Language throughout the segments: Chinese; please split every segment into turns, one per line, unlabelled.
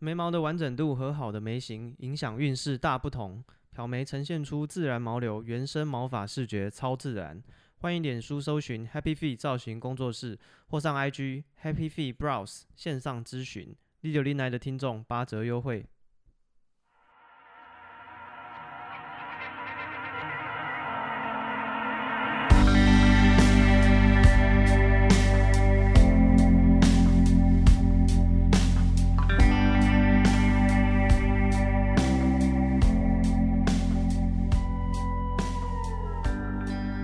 眉毛的完整度和好的眉形影响运势大不同。漂眉呈现出自然毛流，原生毛发视觉超自然。欢迎脸书搜寻 Happy Feet 造型工作室，或上 IG Happy Feet Brows 线上咨询。第九零来的听众八折优惠。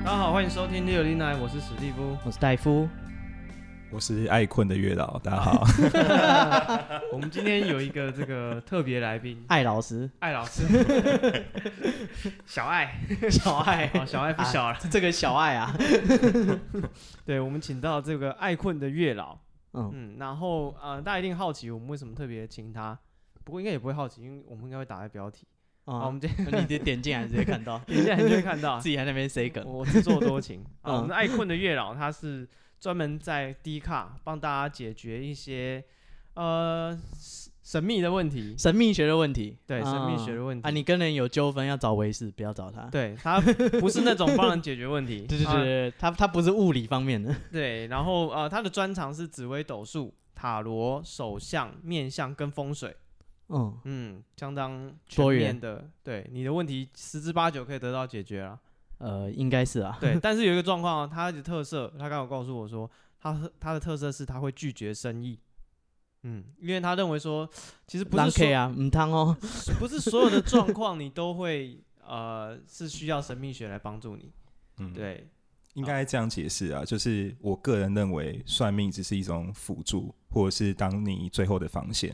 大家好，欢迎收听第九零来，我是史蒂夫。
我是戴夫，
我是爱困的月老，大家好。
我们今天有一个这个特别来宾，
艾老师，
艾老师， 小艾，
小爱，
好，小艾不小了。
这个小爱啊，
对，我们请到这个爱困的月老。
嗯，
嗯，然后呃，大家一定好奇我们为什么特别请他，不过应该也不会好奇，因为我们应该会打在标题。好、我
啊，
们今天，
你得点进来直接看到
点进来你就会看到
自己在那边 say 梗，
我自作多 情。啊，
嗯
我们的爱困的月老他是专门在低卡帮大家解决一些呃神神秘的问 题，
神秘学的问题，
对
啊
神秘学的问题
啊，你跟人有纠纷要找维士，不要找他，
对他不是那种帮人解决问题，
对对
啊
对，他他不是物理方面的，
对，然后呃，他的专长是紫微斗数、塔罗、手相、面相跟风水。
嗯，
嗯，相当全
多元
面的，对你的问题十之八九可以得到解决了。
呃，应该是啊，
对，但是有一个状况哦，他的特色，他刚好告诉我说，他他的特色是他会拒绝生意。嗯，因为他认为说，其实不是
狼 K
说、
啊，唔汤哦，
不是所有的状况你都会呃是需要神秘学来帮助你。
嗯，
对，啊
应该这样解释啊，就是我个人认为，算命只是一种辅助，或者是当你最后的防线。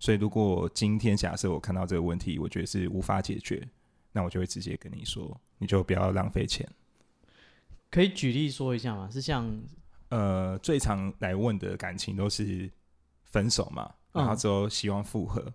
所以，如果今天假设我看到这个问题，我觉得是无法解决，那我就会直接跟你说，你就不要浪费钱。
可以举例说一下吗？是像
呃，最常来问的感情都是分手嘛，
嗯
然后之后希望复合。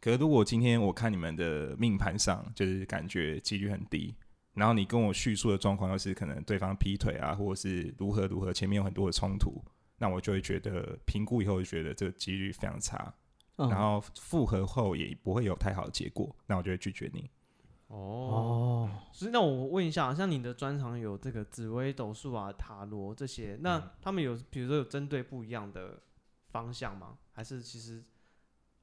可是如果今天我看你们的命盘上，就是感觉几率很低，然后你跟我叙述的状况又是可能对方劈腿啊，或者是如何如何，前面有很多的冲突，那我就会觉得评估以后就觉得这个几率非常差，
嗯
然后复合后也不会有太好的结果，那我就会拒绝你。
哦，
哦，
所以那我问一下，啊像你的专长有这个紫微斗数啊、塔罗这些，那
嗯
他们有比如说有针对不一样的方向吗？还是其实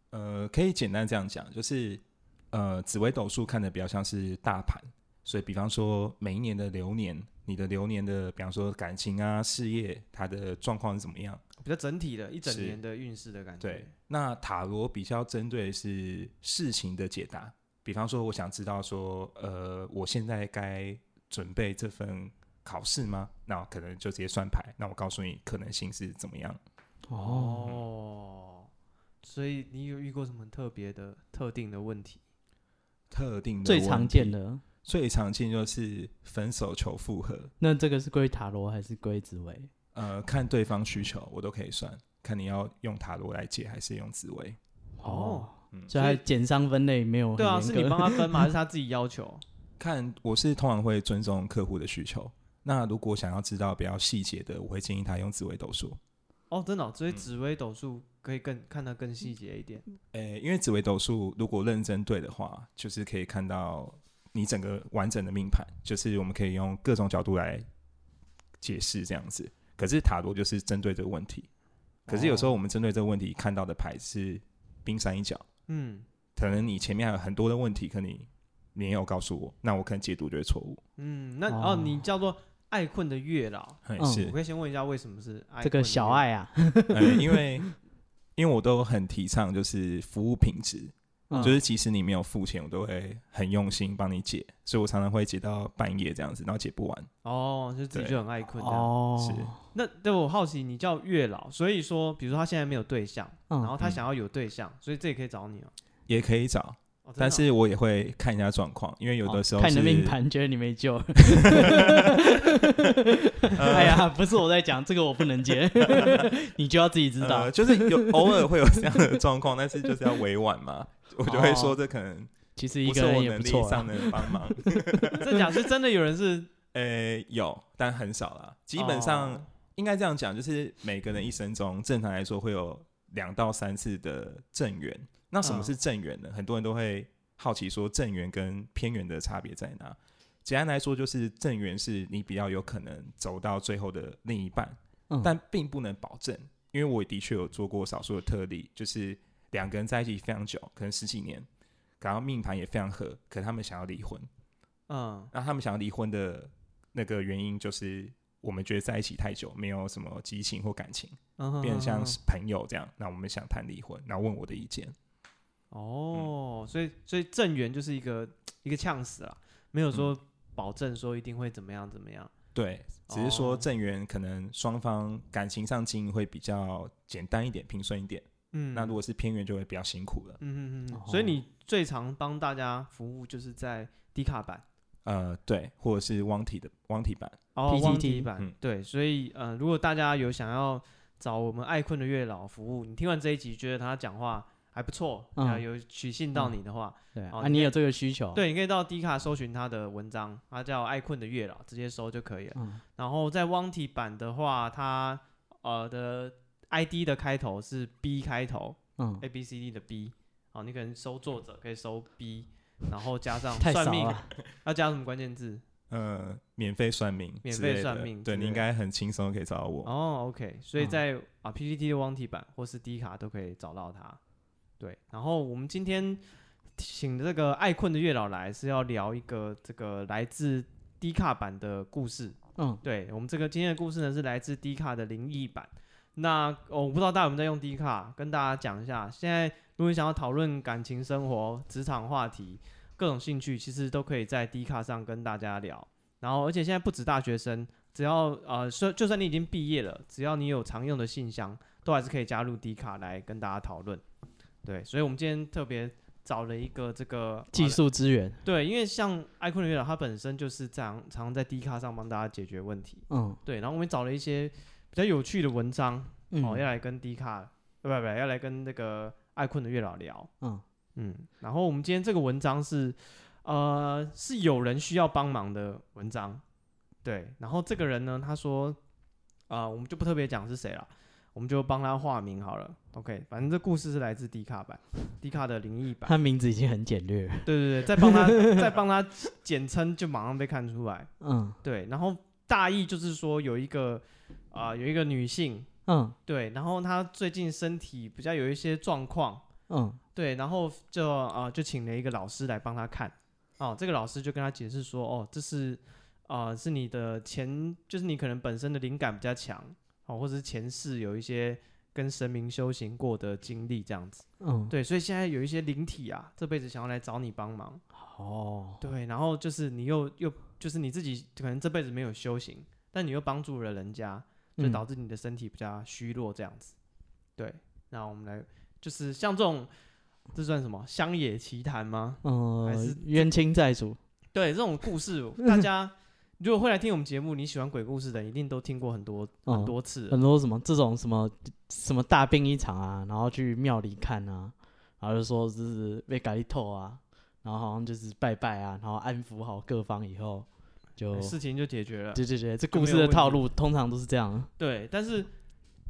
呃，可以简单这样讲，就是呃，紫微斗数看的比较像是大盘，所以比方说每一年的流年，你的流年的，比方说感情啊、事业，它的状况是怎么样？
比较整体的一整
是
年的运势的感觉。
嗯
对，那塔罗比较针对的是事情的解答，比方说我想知道说，呃，我现在该准备这份考试吗？那我可能就直接算牌，那我告诉你可能性是怎么样。
哦，
哦，所以你有遇过什么特别的、特定的问题？
特定的
最
问
常
题
见，的，
最常见就是分手求复合，
那这个是归塔罗还是归紫薇？
呃，看对方需求，我都可以算，看你要用塔罗来解还是用紫薇。
哦，
嗯
所以它的减伤分类没有很
对啊，
严
是你
格
帮他分 吗？还是他自己要求？
看我是通常会尊重客户的需求。那如果想要知道比较细节的，我会建议他用紫微斗数。
哦，真的哦、所以
嗯
紫微斗数可以更看得更细节一点。
诶、因为紫微斗数如果认真对的话，就是可以看到你整个完整的命盘，就是我们可以用各种角度来解释这样子。可是塔罗就是针对这个问题，可是有时候我们针对这个问题看到的牌是冰山一角。
嗯
可能你前面还有很多的问题，可能你没有告诉我，那我可能解读就会错误。
嗯，那哦
哦
你叫做爱困的月老，
嘿
嗯
我
是，
可以先问一下为什么是爱
这
困
个
的
小
月
爱啊，
呃因为因为我都很提倡就是服务品质，
啊
嗯
就是即使你没有付钱，我都会很用心帮你解，所以我常常会解到半夜这样子，然后解不完。
老哦，就自己
对
就很爱困这样。
哦，
是
那对我好奇，你叫月老，所以说，比如说他现在没有对象，
嗯
然后他
嗯
想要有对象，所以这也可以找你哦。
也可以找，
哦真的
但
哦
是我也会看一下状况，因为有的时候、
哦看你
是
的命盘，觉得你没救。哎呀，不是我在讲这个，我不能接，你就要自己知道
呃，。就是有偶尔会有这样的状况，但是就是要委婉嘛，我就会说
哦
这可能
其实一
不是
个
我
人也
能
不
力
错
上
啊，
能帮忙。
真假是真的有人是
呃，有，但 很少啦。基本上
哦
应该这样讲，就是每个人一生中，正常来说会有两到三次的正缘。那什么是正缘呢？很多人都会好奇说正缘跟偏缘的差别在哪？简单来说，就是正缘是你比较有可能走到最后的另一半，
嗯
但并不能保证，因为我的确有做过少数的特例，就是两个人在一起非常久，可能十几年，然后命盘也非常合，可他们想要离婚。
嗯
那他们想要离婚的那个原因，就是我们觉得在一起太久，没有什么激情或感情，
嗯哼，
变得像
嗯
是朋友这样。那我们想谈离婚，然后问我的意见。
哦，所以所以正缘就是一个一个呛死了，没有
嗯
说保证说一定会怎么样怎么样。
对，只是说
哦
正缘可能双方感情上经营会比较简单一点、平顺一点。
嗯，
那如果是偏缘，就会比较辛苦了。
嗯嗯嗯，所以
哦
你最常帮大家服务就是在低卡版。
呃，对，或者是汪体的汪体版，
哦，
PTT
汪迪版、
嗯
对，所以呃，如果大家有想要找我们爱困的月老服务，你听完这一集觉得他讲话还不错，
嗯
啊、有取信到你的话，
对
好
啊，
你
你
可以
有这个需求，，
对，你可以到迪卡搜寻他的文章，他叫爱困的月老，直接搜就可以了。
嗯
然后在汪体版的话，他呃的 ID 的开头是 B 开头
嗯，
，A B C D 的 B，好，你可能搜作者可以搜 B，然后加上
太
算
少
命，
了，
要加什么关键字？
呃，免费算命之类
免
的，
费算命
对
之
你
类
应
的
该很轻松可以找到我。
哦，OK，所以
嗯
在、啊 PPT 的网体版或是 D 卡都可以找到它。对，然后我们今天请这个爱困的月老来，是要聊一个这个来自 D 卡版的故事。
嗯，
对我们这个今天的故事呢，是来自 D 卡的灵异版。那、哦、我不知道大家有没有在用 D 卡，跟大家讲一下，现在如果你想要讨论感情生活、职场话题、各种兴趣，其实都可以在 D 卡上跟大家聊。然后，而且现在不止大学生，只要呃，说就算你已经毕业了，只要你有常用的信箱，都还是可以加入 D 卡来跟大家讨论。对，所以我们今天特别找了一个这个呃
技术资源，
对，因为像艾坤的月老，他本身就是常常在 D 卡上帮大家解决问题。
嗯
对，然后我们找了一些比较有趣的文章、哦，要
嗯
来跟 D 卡，呃不不不，要来跟那个艾坤的月老聊。
嗯，
嗯，然后我们今天这个文章是，呃，是有人需要帮忙的文章。对，然后这个人呢，他说，啊、我们就不特别讲是谁了，我们就帮他化名好了。OK，反正这故事是来自 D 卡版，D 卡的灵异版。
他名字已经很简略了，
对对对，再帮他再帮他 简称，就马上被看出来。
嗯
对，然后大意就是说有一个啊、有一个女性，
嗯
对，然后她最近身体比较有一些状况，
嗯
对，然后就啊、就请了一个老师来帮她看。哦，这个老师就跟她解释说，哦，这是啊、是你的前，就是你可能本身的灵感比较强，哦，或者是前世有一些跟神明修行过的经历这样子。
嗯，
对，所以现在有一些灵体啊，这辈子想要来找你帮忙。
哦，
对，然后就是你又又就是你自己可能这辈子没有修行，但你又帮助了人家，就
嗯
导致你的身体比较虚弱这样子。对，那我们来就是像这种，这算什么乡野奇谈吗？
嗯
还是，
冤亲债主，
对，这种故 事大家如果会来听我们节目，你喜欢鬼故事的，一定都听过很多、很
嗯
多次了。
很多什么这种什么什么大病一场啊，然后去庙里看啊，然后就说就是被改透啊，然后好像就是拜拜啊，然后安抚好各方以后，就
事情就解决了，
对对对，这
哎啊就
故
没
事
有
的
问
套
题
路通常都是这样，
对。但是，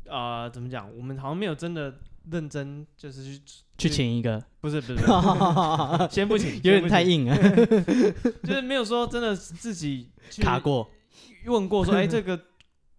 啊，怎么讲？我们好像没有真的认真，就是去，
去
嗯
请一个，
不是不是，不是 先不请，先
有点
不
太
请
硬 了，
就是没有说真的自己去
卡过
问 过说，哎、这个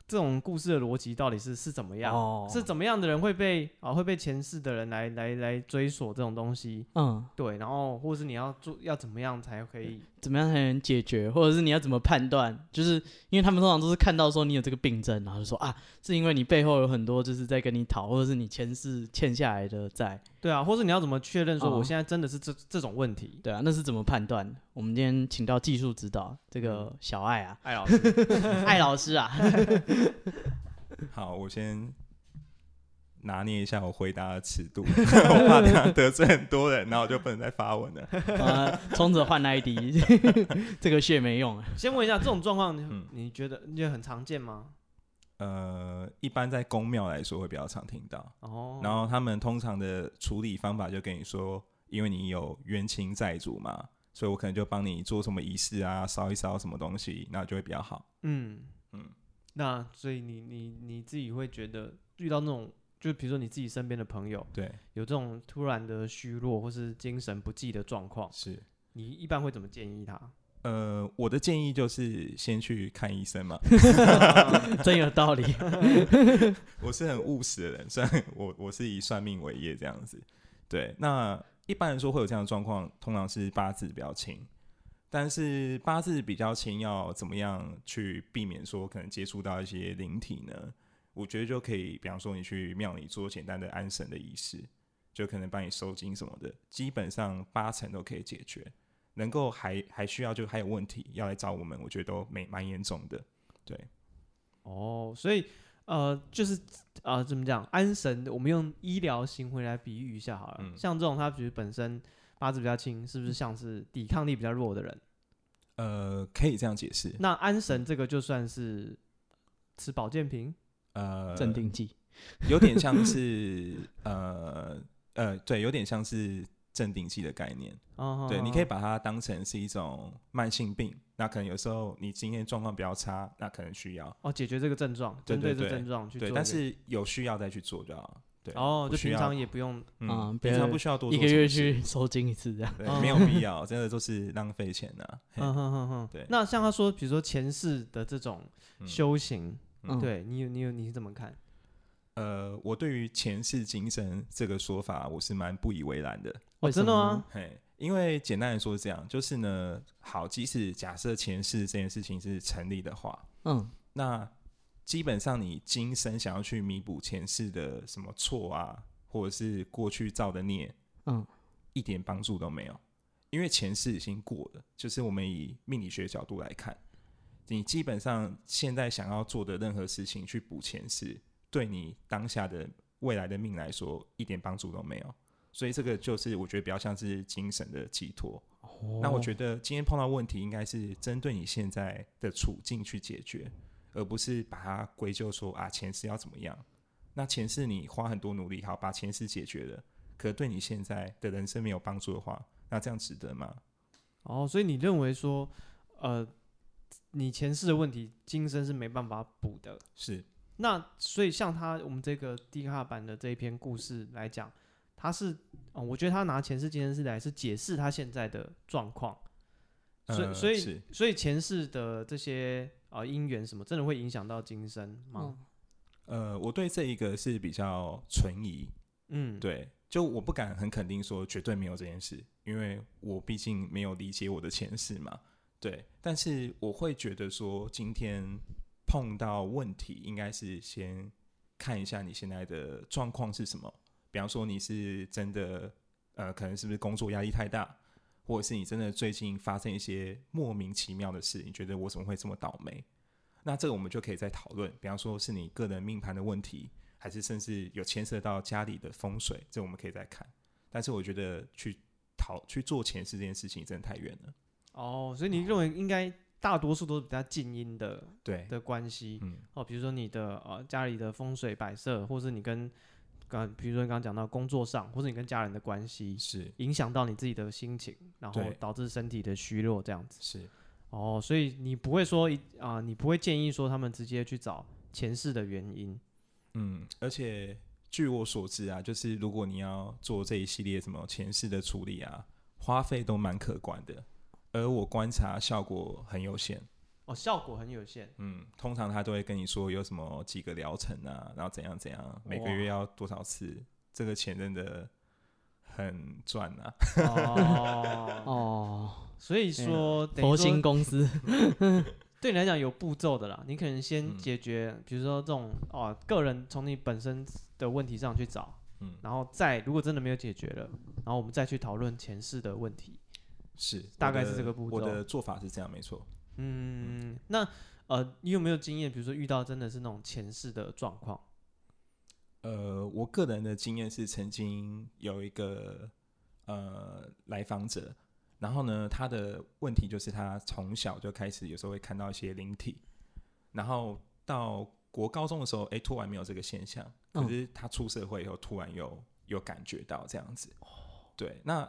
这种故事的逻辑到底是是怎么样？
哦
是怎么样的人会被啊会被前世的人来来来追索这种东西？
嗯，
对，然后或是你要做要怎么样才可以？
怎么样才能解决，或者是你要怎么判断？就是因为他们通常都是看到说你有这个病症，然后就说啊，是因为你背后有很多就是在跟你讨，或者是你前世欠下来的债，
对嗯啊，或是你要怎么确认说
哦
我现在真的是这、这种问题？
对啊，那是怎么判断？我们今天请到技术指导这个
嗯
小爱 啊，
艾哎老师，
艾老 师啊，
好，我先拿捏一下我回答的尺度， 我怕等下得罪很多人，然后我就不能再发文了。
呃，冲着换 ID，这个血没 用啊，
先问一下，这种状况你、
嗯
你觉得你觉得很常见吗？
呃，一般在公庙来说会比较常听到，
哦，
然后他们通常的处理方法就跟你说，因为你有冤亲债主嘛，所以我可能就帮你做什么仪式啊，烧一烧什么东西，那就会比较好。
嗯嗯
嗯，
那所以你你你自己会觉得遇到那种，就比如说你自己身边的朋友
对，
有这种突然的虚弱或是精神不济的状况，
是。
你一般会怎么建议他？
呃，我的建议就是先去看医生嘛。
真有道理。
我是很务实的人， 虽然我我是以算命为业这样子。对，那一般来说会有这样的状况，通常是八字比较轻。但是八字比较轻，要怎么样去避免说可能接触到一些灵体呢？我觉得就可以，比方说你去庙里做简单的安神的仪式，就可能帮你收金什么的，基本上八成都可以解决。能够还还需要就还有问题要来找我们，我觉得都蛮蛮严重的。对，
哦，所以呃，就是呃，怎么讲？安神，我们用医疗行为来比喻一下好了。
嗯
像这种他比如本身八字比较轻，是不是像是抵抗力比较弱的人？
呃，可以这样解释。
那安神这个就算是吃保健品，
呃，
镇定剂，
有点像是 呃呃，对，有点像是镇定剂的概念。
哦，
对，你可以把它当成是一种慢性病。那可能有时候你今天状况比较差，那可能需要
哦解决这个症状，
对
针
对
这
对
症状去做
对，
一个。
但是有需要再去做就好。对，
哦，
不
就
需
平
要
常也不用
啊
嗯，
别
平常
人
不需要多
一
做
个
什么
月
事，
去收精一次这样。
哦
对，没有必要，真的都是浪费钱呐、嘿
嗯哼哼哼，
对
那像他说，比如说前世的这种
嗯
修行，
嗯，
对你有你有你是怎么看？
呃，我对于前世今生这个说法，我是蛮不以为然的。
为什
真
么
的啊
呢
吗？？
嘿，因为简单来说是这样，就是呢，好，即使假设前世这件事情是成立的话，
嗯，
那基本上你今生想要去弥补前世的什么错啊，或者是过去造的孽，
嗯，
一点帮助都没有，因为前世已经过了。就是我们以命理学角度来看，你基本上现在想要做的任何事情去补前世，对你当下的未来的命来说一点帮助都没有。所以这个就是我觉得比较像是精神的寄托。那我觉得今天碰到问题，应该是针对你现在的处境去解决，而不是把它归咎说啊前世要怎么样。那前世你花很多努力，好把前世解决了，可对你现在的人生没有帮助的话，那这样值得吗？
哦，所以你认为说，呃，你前世的问题，今生是没办法补的。
是
那所以像他我们这个低卡版的这一篇故事来讲，他是，哦我觉得他拿前世今生是来是解释他现在的状况，所以、
呃
所以
是
所以前世的这些啊姻缘什么，真的会影响到今生吗？
呃，我对这一个是比较存疑，
嗯，
对，就我不敢很肯定说绝对没有这件事，因为我毕竟没有理解我的前世嘛。对，但是我会觉得说，今天碰到问题，应该是先看一下你现在的状况是什么。比方说，你是真的呃，可能是不是工作压力太大，或者是你真的最近发生一些莫名其妙的事，你觉得我怎么会这么倒霉？那这个我们就可以再讨论，比方说是你个人命盘的问题，还是甚至有牵涉到家里的风水，这我们可以再看。但是我觉得去讨去做前世这件事情真的太远了。
哦，所以你认为应该大多数都是比较静音的
对，
的关系
嗯，
哦，比如说你的呃家里的风水摆设，或是你跟刚比如说你刚刚讲到工作上，或是你跟家人的关系，
是
影响到你自己的心情，然后
对
导致身体的虚弱这样子。
是，
哦，所以你不会说一啊、你不会建议说他们直接去找前世的原因。
嗯，而且据我所知啊，就是如果你要做这一系列什么前世的处理啊，花费都蛮可观的，而我观察效果很有限。
哦，效果很有限。
嗯，通常他都会跟你说有什么几个疗程啊，然后怎样怎样，每个
哇
月要多少次，这个钱真的很赚啊。
哦，
哦，
所以说等于说
佛心公 司
对你来讲有步骤的啦，你可能先
嗯
解决，比如说这种哦，个人从你本身的问题上去找，
嗯
然后再如果真的没有解决了，然后我们再去讨论前世的问题。
是，
大
我
概是
的
这个步
我
骤
的做法是这样，没错。
嗯，那呃，你有没有经验？比如说遇到真的是那种前世的状况？
呃，我个人的经验是，曾经有一个呃来访者，然后呢，他的问题就是他从小就开始有时候会看到一些灵体，然后到国高中的时候，哎，突然没有这个现象，可
嗯
是他出社会以后，突然有有感觉到这样子。
哦
对，那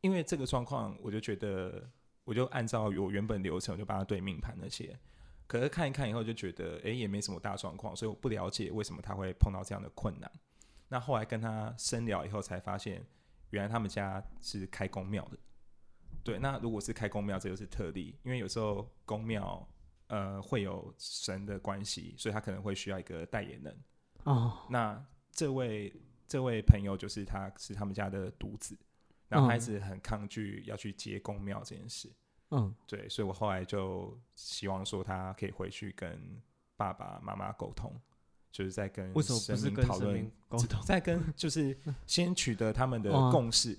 因为这个状况，我就觉得，我就按照我原本流程，我就帮他对命盘那些。可是看一看以后就觉得，诶，也没什么大状况，所以我不了解为什么他会碰到这样的困难。那后来跟他深聊以后，才发现原来他们家是开公庙的。对，那如果是开公庙，这就是特例，因为有时候公庙呃会有神的关系，所以他可能会需要一个代言人。
哦，
那这位这位朋友就是他是他们家的独子，然后他一
嗯
直很抗拒要去接公庙这件事。
嗯，
对，所以我后来就希望说他可以回去跟爸爸妈妈沟通，就是在跟
为什么不
嗯神
是
明
跟
讨
神
论
明沟通？
再跟就是先取得他们的
哦啊
共识，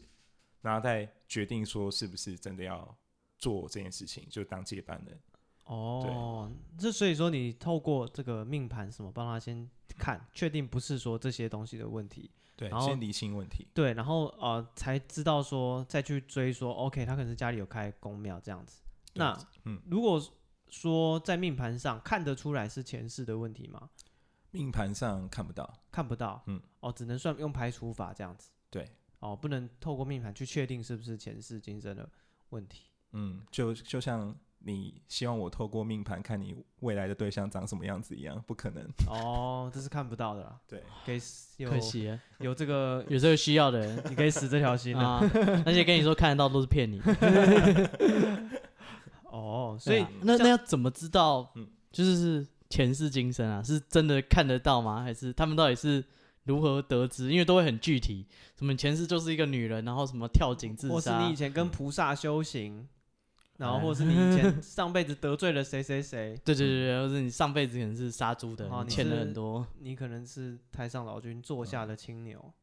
然后再决定说是不是真的要做这件事情，就当接班人。
哦，这所以说你透过这个命盘什么帮他先看，确定不是说这些东西的问题，
对
然后
先理清问题。
对，然后呃才知道说再去追说，OK，他可能是家里有开公庙这样子。
对
那
嗯，
如果说在命盘上看得出来是前世的问题吗？
命盘上看不到，
看不到，
嗯，
哦，只能算用排除法这样子，
对，
哦，不能透过命盘去确定是不是前世今生的问题。
嗯，就就像你希望我透过命盘看你未来的对象长什么样子一样，不可能。
哦，这是看不到的啦，
对，
给死有
可惜了
有这个，
有这个需要的人
你可以死这条心了。
啊，那些跟你说看得到都是骗你的，
哦，所
对
以
啊那
这
那要怎么知道
嗯？
就是是前世今生啊，是真的看得到吗？还是他们到底是如何得知？因为都会很具体，什么前世就是一个女人，然后什么跳井自
或是
杀
你以，前跟菩萨修行，然后
哎
或是你以前上辈子得罪了谁谁谁，
对对对对，或者你上辈子可能是杀猪的，
哦
你
你
欠了
是
很多
你可能是太上老君座下的
嗯
青牛。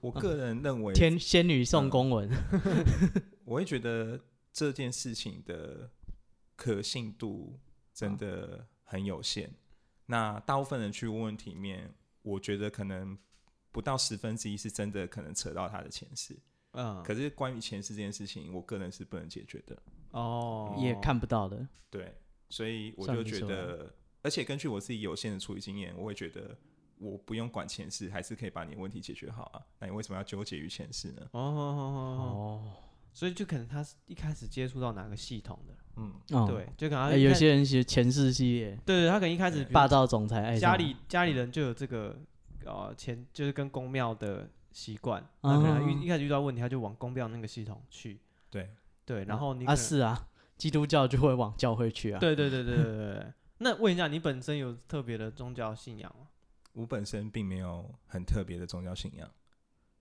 我
嗯
个人认为，
天仙女送
嗯
公文，
我会觉得这件事情的可信度真的很有限。那大部分人去问问题里面，我觉得可能不到十分之一是真的可能扯到他的前世。
嗯，
可是关于前世这件事情，我个人是不能解决的。
哦，
也看不到的。
对，所以我
算
就
不
觉
错
得，而且根据我自己有限的处理经验，我会觉得我不用管前世，还是可以把你的问题解决好啊。那你为什么要纠结于前世呢？
哦哦哦哦，
哦，
所以就可能他是一开始接触到哪个系统的，
嗯，
哦
对，，啊就可能他
哎
一
有
开
些人写前世系列，
对对，他可能一开始比如
霸道总裁爱上
家里家里人就有这个呃前就是跟公庙的习惯，
哦
那可能遇一开始遇到问题，他就往公庙那个系统去，
对，
对，然后你可
啊
能
是啊，基督教就会往教会去啊。
对对对对对对对。那问一下，你本身有特别的宗教信仰吗？
我本身并没有很特别的宗教信仰。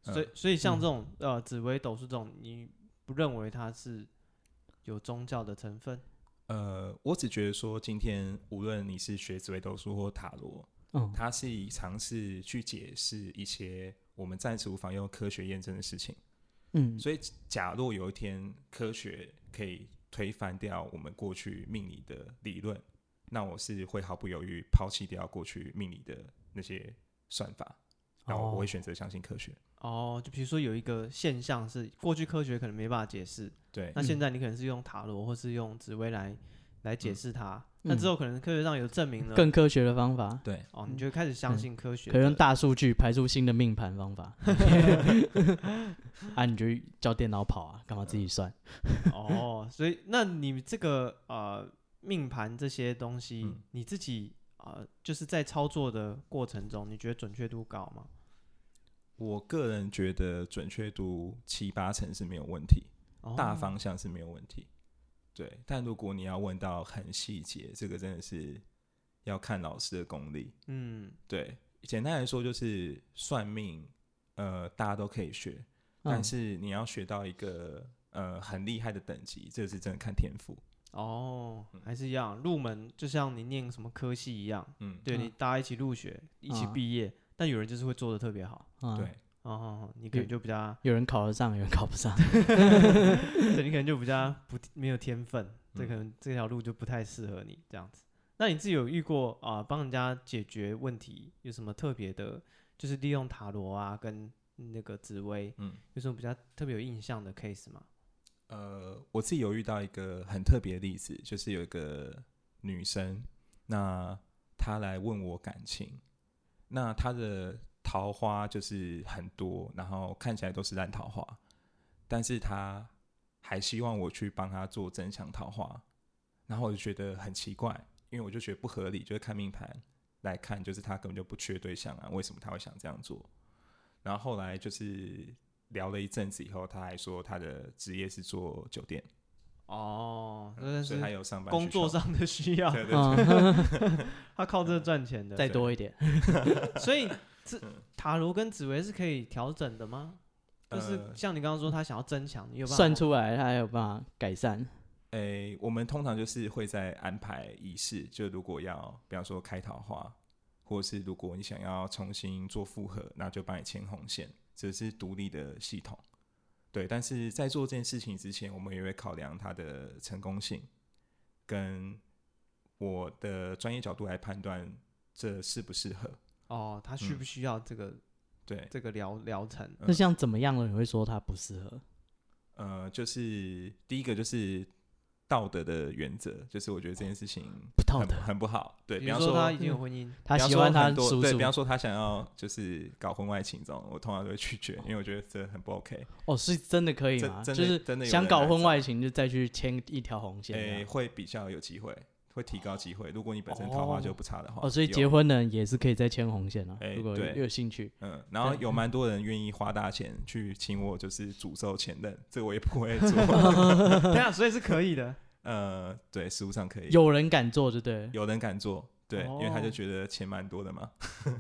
嗯
所以所以像这种呃紫微斗数这种，你不认为它是有宗教的成分？
呃，我只觉得说，今天无论你是学紫微斗数或塔罗，
嗯，
它是以尝试去解释一些我们暂时无法用科学验证的事情。
嗯
所以，假若有一天科学可以推翻掉我们过去命理的理论，那我是会毫不犹豫抛弃掉过去命理的那些算法，然后我会选择相信科学。
哦，就比如说有一个现象是过去科学可能没办法解释，
对
那
嗯
现在你可能是用塔罗或是用紫微来来解
嗯
释它，那之
嗯
后可能科学上有证明了，
更科学的方法，
对，
哦，你就开始相
嗯
信科学
可以用
的，
大数据排出新的命盘方 法。 啊，你就叫电脑跑啊，干嘛自己算？
哦，所以那你这个呃命盘这些东西，
嗯
你自己呃就是在操作的过程中，你觉得准确度高吗？
我个人觉得准确度七八成是没有问题。
哦
大方向是没有问题。对，但如果你要问到很细节，这个真的是要看老师的功力。
嗯，
对，简单来说就是算命，呃，大家都可以学，但
嗯
是你要学到一个呃很厉害的等级，这是真的看天赋。
哦，
嗯
还是一样，入门就像你念什么科系一样，
嗯，
对
嗯
你大家一起入学，一起
啊
毕业，但有人就是会做的特别好，
啊，
对，
哦哦，哦你可能就比较，
有人考得上，有人考不上。
对你可能就比较不没有天分，这
嗯
可能这条路就不太适合你这样子。那你自己有遇过啊，帮、人家解决问题有什么特别的，就是利用塔罗啊跟那个紫薇，
嗯，
有什么比较特别有印象的 case 吗？
呃，我自己有遇到一个很特别的例子，就是有一个女生，那她来问我感情，那她的桃花就是很多，然后看起来都是烂桃花，但是她还希望我去帮她做增强桃花，然后我就觉得很奇怪，因为我就觉得不合理，就是看命盘来看，就是她根本就不缺对象啊，为什么她会想这样做？然后后来就是聊了一阵子以后，他还说他的职业是做酒店，
哦，
嗯
真的
所以他
是
有上班
工
需
作
求，
上的需要，
对对嗯对，
嗯，
他靠这赚钱的。
再多一点，
所以这塔罗跟紫薇是可以调整的吗？就是
嗯呃
像你刚刚说，他想要增强，你有办法
算
吗
出来他还有办法改
嗯
善。
诶、我们通常就是会在安排仪式，就如果要，比方说开桃花，或者是如果你想要重新做复合，那就帮你牵红线，这是独立的系统。对，但是在做这件事情之前，我们也会考量它的成功性，跟我的专业角度来判断这适不适合。
哦，他需不需要这个
对，
这个疗疗程？
嗯
那像怎么样了，你会说他不适合？
呃，就是第一个就是道德的原则，就是我觉得这件事情
不道
很
德
很不好。对，
比
比
如
方
说
说
他已经有婚 姻，
他
比方
喜
说
欢他
很多
叔
对，
叔
比方说他想要就是搞婚外情这种，我通常都会拒绝，因为我觉得这很不 OK。
哦，是真的可以
真
吗？就
真的
是
真的有
想
人
搞
来哎
婚
找
外情，就再去牵一条红线啊这
诶、
样。
会比较有机会，会提高机会。如果你本身桃花就不差的话，
哦，所以
有
结婚的人也是可以再牵红线啊。
哎
如果
对
有兴趣，
嗯，然后有蛮多人愿意花大钱去请我，就是诅咒前任，这个我也不会做。
对啊，所以是可以的。
呃，对，实务上可以
有人敢做就对了。
有人敢做，对，因为他
哦
就觉得钱蛮多的嘛。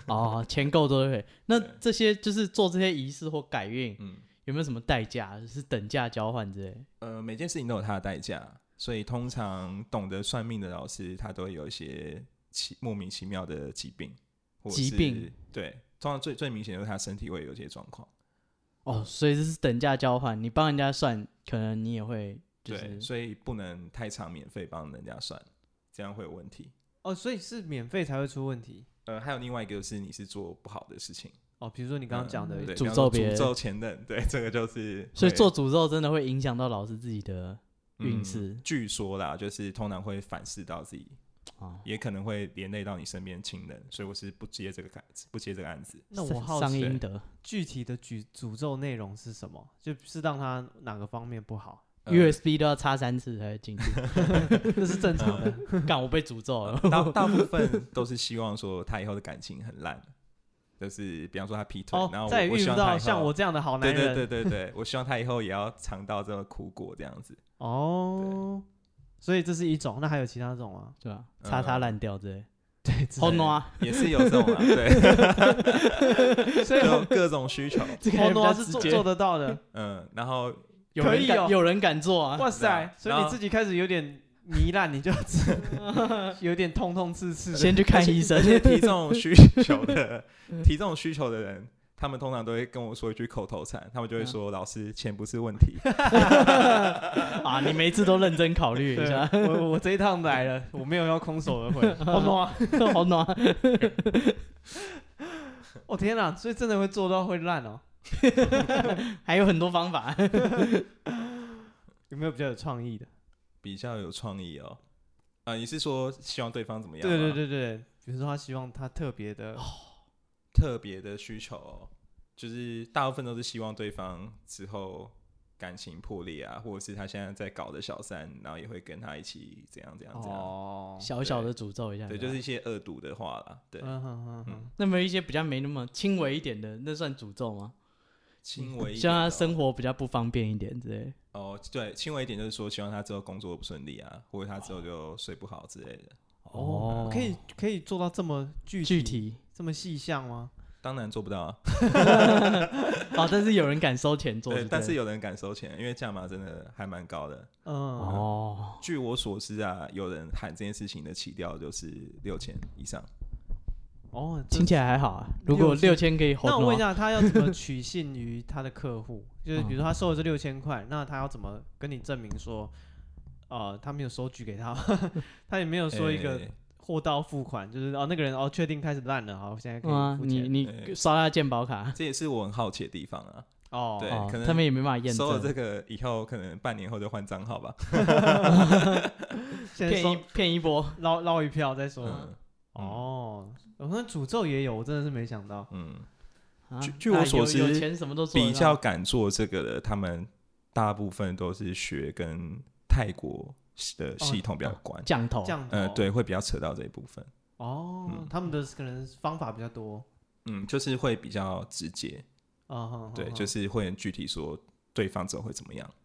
哦，钱够都可以。那
对
这些就是做这些仪式或改运，
嗯，
有没有什么代价？是等价交换之类？
呃，每件事情都有它的代价，所以通常懂得算命的老师，他都会有一些奇莫名其妙的疾病，或者
疾
是
病
对，通常最最明显就是他身体会有一些状况，
哦，所以这是等价交换。你帮人家算，可能你也会就
对，
是
所以不能太常免费帮人家算，这样会有问题。
哦，所以是免费才会出问题
呃，还有另外一个就是你是做不好的事情，
哦。比如说你刚刚讲的
嗯对，
诅
比方
咒
说
别人
诅咒前任，对，这个就是
所以
会
做诅咒真的会影响到老师自己的运
嗯
势
据说啦，就是通常会反噬到自己，
啊。
也可能会连累到你身边亲人，所以我是不接这个案子，不接这个案子。
那我好
上
奇
阴德
具体的诅诅咒内容是什么，就是让他哪个方面不好，
呃
USB 都要插三次才会进去，
这是正常的。
干我被诅咒了。
大大部分都是希望说他以后的感情很烂，就是比方说他劈腿，然后
哦，再
我
也
我
遇
希
不
望他以
到
后
像我这样的好
对
男
对
人。
对 对对，我希望他以后也要尝到这个苦果这样子。
哦，所以这是一种，那还有其他种 吗？
对吧？叉叉
嗯
烂掉之类，
对，之
好
类的
暖，
也是有这种啊，对，
所以
有各种需求，
啊这个
好
还比较
哦暖是
直
做
接
做得到 的。
嗯，然后
有
可
人
以
敢
哦
有人敢做 啊？
哇
对
塞
啊！
所以
然
你
后
自己开始有点糜烂，你就 有点痛痛刺刺的。
先去看医生
而。且提这种需 求的，
嗯
提这种需求的人。他们通常都会跟我说一句口头禅，他们
嗯
就会说：“老师，钱不是问题。
啊，你每一次都认真考虑一
对啊
下，，
我我这一趟来了，我没有要空手而 回。好暖！
好暖。
哦天哪，所以真的会做到会烂哦。
还有很多方
哦
法，
有没有比较有创意的？”
比较有创意哦。啊、你是说希望对方怎么样？
对对，对对，比如说他希望他特别的，
特别的需求、哦，就是大部分都是希望对方之后感情破裂啊，或者是他现在在搞的小三，然后也会跟他一起怎样怎样怎样。
哦，
小小的诅咒一下。啊
对，就是一些恶毒的话啦。对，
嗯哼哼哼
嗯，
那么一些比较没那么轻微一点的，那算诅咒吗？
轻微一点
像
的哦、
他生活比较不方便一点之类。
哦，对，轻微一点就是说希望他之后工作不顺利啊，或者他之后就睡不好之类的。
哦，可以可以做到这么具
具体
这么细项吗？
当然做不到啊，
哦，但是有人敢收钱做
对，
不
但是有人敢收钱，因为价码真的还蛮高的。
嗯，
哦，
据我所知啊，有人喊这件事情的起调就是六千以上。
哦，这
听起来还好啊。如果
六
六千可以
那我问一
hold
下，他要怎么取信于他的客 户？就是比如
哦
说他收了这六千块，那他要怎么跟你证明说，呃，他没有收据给他， 他也没有说一个
诶
货到付款，就是哦那个人哦确定开始烂了，好，现在可以
啊，
付
你
钱
你
对
刷他健保卡，
这也是我很好奇的地方啊。
哦。
对
哦
可能
他们也没办法验
收了这
证。
个以后，可能半年后就换账号吧。
现在
骗
收
一骗一波，
捞捞一票再说。
嗯
哦，我看诅咒也有，我真的是没想到。
嗯，
啊
据据我
啊
所
有有
知
钱什么都做得
比
到
较敢做这个的，他们大部分都是学跟泰国的系统比较有关。
降头，
降头
呃，对，会比较扯到这一部分。
哦
嗯，
他们的可能方法比较多。
嗯，就是会比较直接。
哦，好
对，
好
就是会很具体说对方之后会怎么样。嗯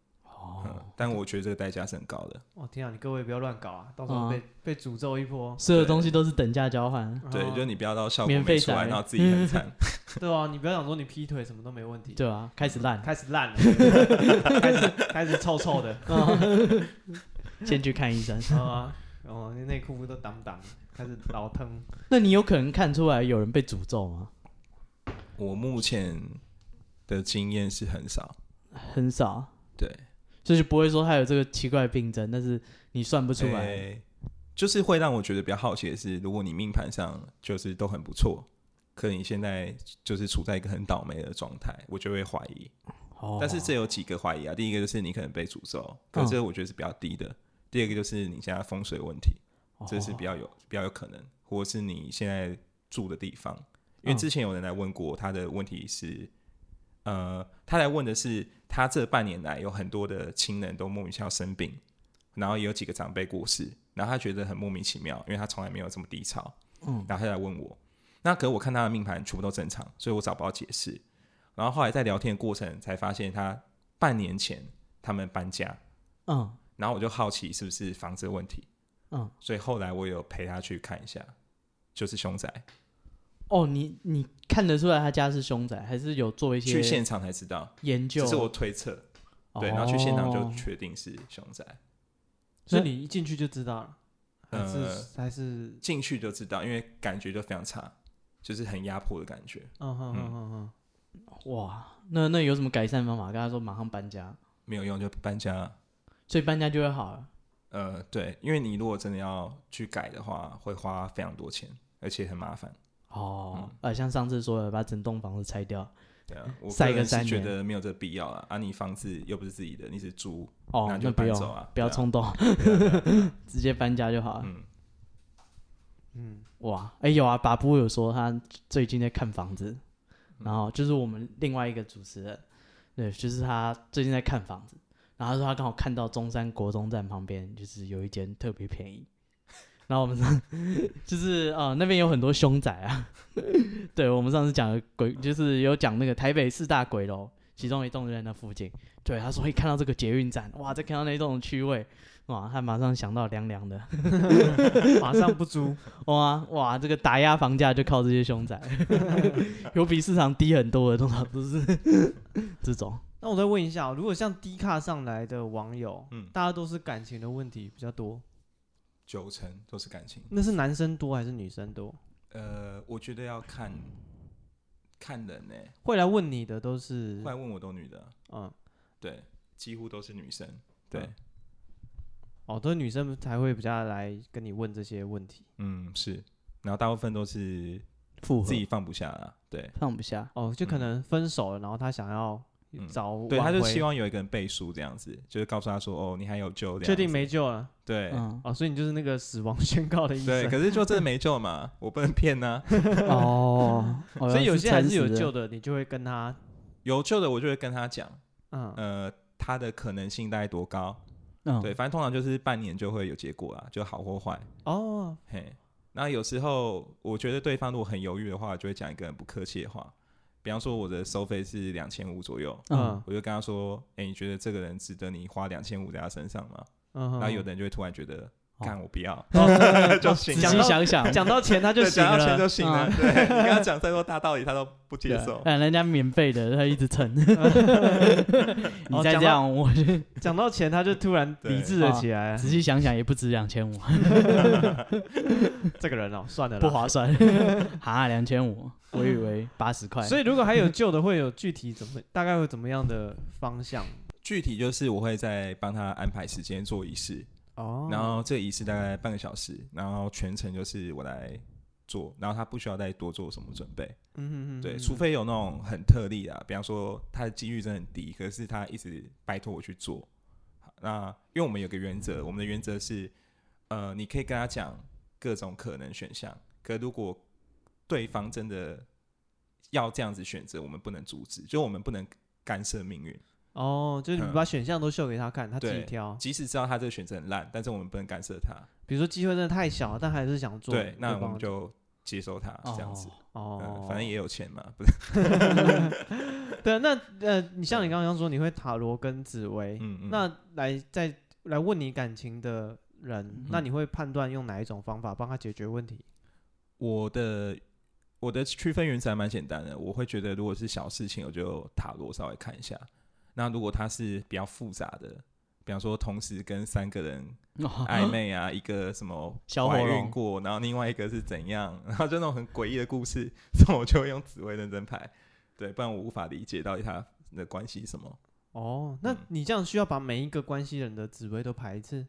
哦，，
但我觉得这个代价是很高的。
哦，天啊，你各位不要乱搞啊，到时候
嗯啊
被被诅咒一波。
所有东西都是等价交换，
对，
哦
就是你不要到效果
免
没
费
出来，
仔
然后自己很惨。
对啊，你不要想说你劈腿什么都没问题，
对吧？开始烂，
开始烂了，开始开始臭臭的，
先去看医生。
啊，哦，那内裤都挡挡，开始老疼。
那你有可能看出来有人被诅咒吗？
我目前的经验是很少，
很少，
对，
就是不会说他有这个奇怪的病症，但是你算不出来。
诶就是会让我觉得比较好奇的是，如果你命盘上就是都很不错，可你现在就是处在一个很倒霉的状态，我就会怀疑。
哦，
但是这有几个怀疑啊，第一个就是你可能被诅咒，可
嗯
是这个我觉得是比较低的。第二个就是你现在风水问题，
哦
这是比较有比较有可能，或者是你现在住的地方，因为
嗯
之前有人来问过，他的问题是，呃，他来问的是他这半年来有很多的亲人都莫名其妙生病，然后也有几个长辈过世，然后他觉得很莫名其妙，因为他从来没有这么低潮，
嗯，
然后他来问我，那可我看他的命盘全部都正常，所以我找不到解释，然后后来在聊天的过程才发现他半年前他们搬家，
嗯
然后我就好奇是不是房子的问题，
嗯，
所以后来我有陪他去看一下，就是凶宅，
哦，你你看得出来他家是凶宅，还是有做一些
去现场才知道，
研究？
这是我推测，对，
哦
然后去现场就确定是凶宅，
所以你一进去就知道了，还是、
呃
还是，
进去就知道，因为感觉就非常差，就是很压迫的感觉。
嗯哼哼哼哼，
哇，那那有什么改善方法？跟他说马上搬家，
没有用就搬家，
所以搬家就会好了。
呃，对，因为你如果真的要去改的话，会花非常多钱，而且很麻烦。
哦，
嗯
呃，像上次说的，把整栋房子拆掉。
对啊，我
晒
个
个
人是
三
觉
年
得没有这必要了。啊，你房子又不是自己的，你是租，
哦，
那
那
就
不
搬
用，
走啊，
不要
对啊啊
冲动， 直接搬家就好了。
嗯，
嗯，
哇，哎、有啊，把布有说他最近在看房子，然后就是我们另外一个主持人，对，就是他最近在看房子，然后他说他刚好看到中山国中站旁边就是有一间特别便宜，然后我们上 就是呃那边有很多凶宅啊， 对我们上次讲的鬼就是有讲那个台北四大鬼楼，其中一栋就在那附近，对，他说一看到这个捷运站，哇，再看到那一栋的区位，哇，他马上想到凉凉的。
马上不租，
哇哇，这个打压房价就靠这些凶宅，有比市场低很多的，通常都是这种。
那我再问一下，哦如果像低卡上来的网友，
嗯
大家都是感情的问题比较多，
九成都是感情。
那是男生多还是女生多？
呃，我觉得要看看人呢、
会来问你的都是
后，来问我都女的啊，
嗯，
对，几乎都是女生，对，
哦，都是女生才会比较来跟你问这些问题。
嗯是，然后大部分都是
复
自己放不下啦，对
放不下，
哦，就可能分手了，然后他想要
嗯
找、
对，他就希
望
望有一个人背书这样子，就是告诉他说哦你还有救，这
确
样
定
子
没救了，，
对。
嗯
哦，所以你就是那个死亡 宣告的医
对，
生，
可是就真的没救嘛，我不能骗啊呐、
哦，哦
所以有些还是有救
的，
的，你就会跟他，
有救的我就会跟他讲，
嗯，
呃，他的可能性大概多高？
嗯，
对，反正通常就是半年就会有结果啦，就好或坏。
哦，
嘿，那有时候我觉得对方如果很犹豫的话，就会讲一个很不客气的话，比方说我的收费是两千五左右，
嗯
嗯，
我就跟他说：“哎、你觉得这个人值得你花两千五在他身上吗？”
嗯哼，
然后有的人就会突然觉得：“
哦
干、我不要，
哦
就
仔
行
细
了。
想想，
讲到钱 他就
对，
行
讲到钱
了，嗯啊
就行了。对你跟他讲再多大道理，他都不接
对
受。
哎但人家免费的，他一直蹭，你
讲
再这
到
样，我就
讲到钱他就突然理智了起
啊
来，
仔细想想也不止两千五，
这个人哦，算了，
不。划算，哈，两千五，我以为八十块，
所以如果还 有救的，会有具体怎么大概会怎么样的方向？
具体就是我会再帮他安排时间做仪式，
哦，
然后这个仪式大概半个小时，然后全程就是我来做，然后他不需要再多做什么准备。
嗯哼哼，
对，
嗯
除非有那种很特例啊，比方说他的几率真的很低，可是他一直拜托我去做。好那因为我们有个原则，我们的原则是，呃，你可以跟他讲各种可能选项，可如果对方真的要这样子选择，我们不能阻止，就我们不能干涉命运。
哦，就是你
嗯
把选项都秀给他看，他自己
对
挑。
即使知道他这个选择很烂，但是我们不能干涉他。
比如说机会真的太小，但还是想做。
对，那
帮
我们就接收它这样子。
哦
嗯，，反正也有钱嘛，不是？
对啊。那呃，你像你刚刚说，你会塔罗跟紫薇，
嗯嗯。
那来再来问你感情的
嗯
人，那你会判断用哪一种方法帮他解决问题？
我的我的区分原则还蛮简单的，我会觉得如果是小事情，我就塔罗稍微看一下。那如果它是比较复杂的，比方说同时跟三个人 暧昧啊，一个什么
哦嗯小火
怀
龙
孕过，然后另外一个是怎样，然后就那种很诡异的故事，这种我就会用紫薇认真牌，对，不然我无法理解到底他的关系是什么。
哦，那
嗯
你这样需要把每一个关系人的紫薇都排一次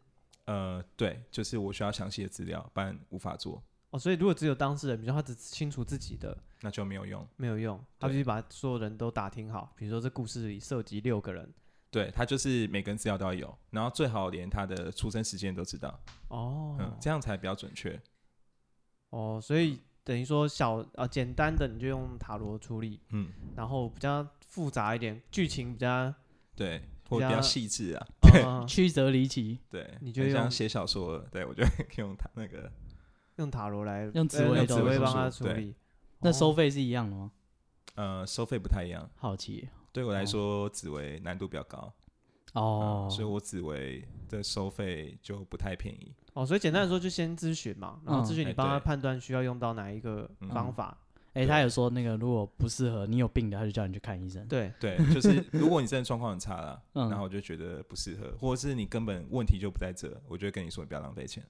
呃，对，就是我需要详细的资料，不然无法做，
哦。所以如果只有当事人，比如说他只清楚自己的，
那就没有用。
没有用，他必
对
须把所有人都打听好。比如说这故事里涉及六个人，
对他就是每个人资料都要有，然后最好连他的出生时间都知道。
哦、
嗯，这样才比较准确。
哦，所以等于说小呃简单的你就用塔罗处理，
嗯，
然后比较复杂一点，剧情比较，
对，或者
比较
比较细致啊。
呃、
曲折离奇，
对，
你就
很
用
像写小说了，对我就会 用它那个
用塔罗来
用紫
呃
薇
用
斗
紫薇
数
帮他
对
处理。
那
哦
收费是一样的吗？
呃收费不太一样。
好奇
对我
哦
来说，紫薇难度比较高，
哦
嗯，所以我紫薇的收费就不太便宜。
哦，所以简单
嗯
的说就先咨询嘛，然后咨询
嗯
你
哎
帮他
对
判断需要用到哪一个
嗯
方法，
哎、他有说那个如果不适合你有病的，他就叫你去看医生。
对，
对， 就是如果你真的状况很差啦，
嗯
然后我就觉得不适合，或者是你根本问题就不在这，我就会跟你说你不要浪费钱。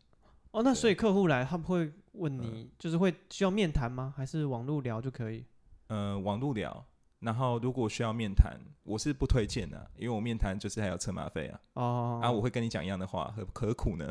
哦，那
对
所以客户来，他们会问你，
嗯
就是会需要面谈吗？还是网络聊就 可以？
呃，网路聊，然后如果需要面谈，我是不推荐的，因为我面谈就是还有车马费啊，
哦，
啊，我会跟你讲一样的话，何何苦呢？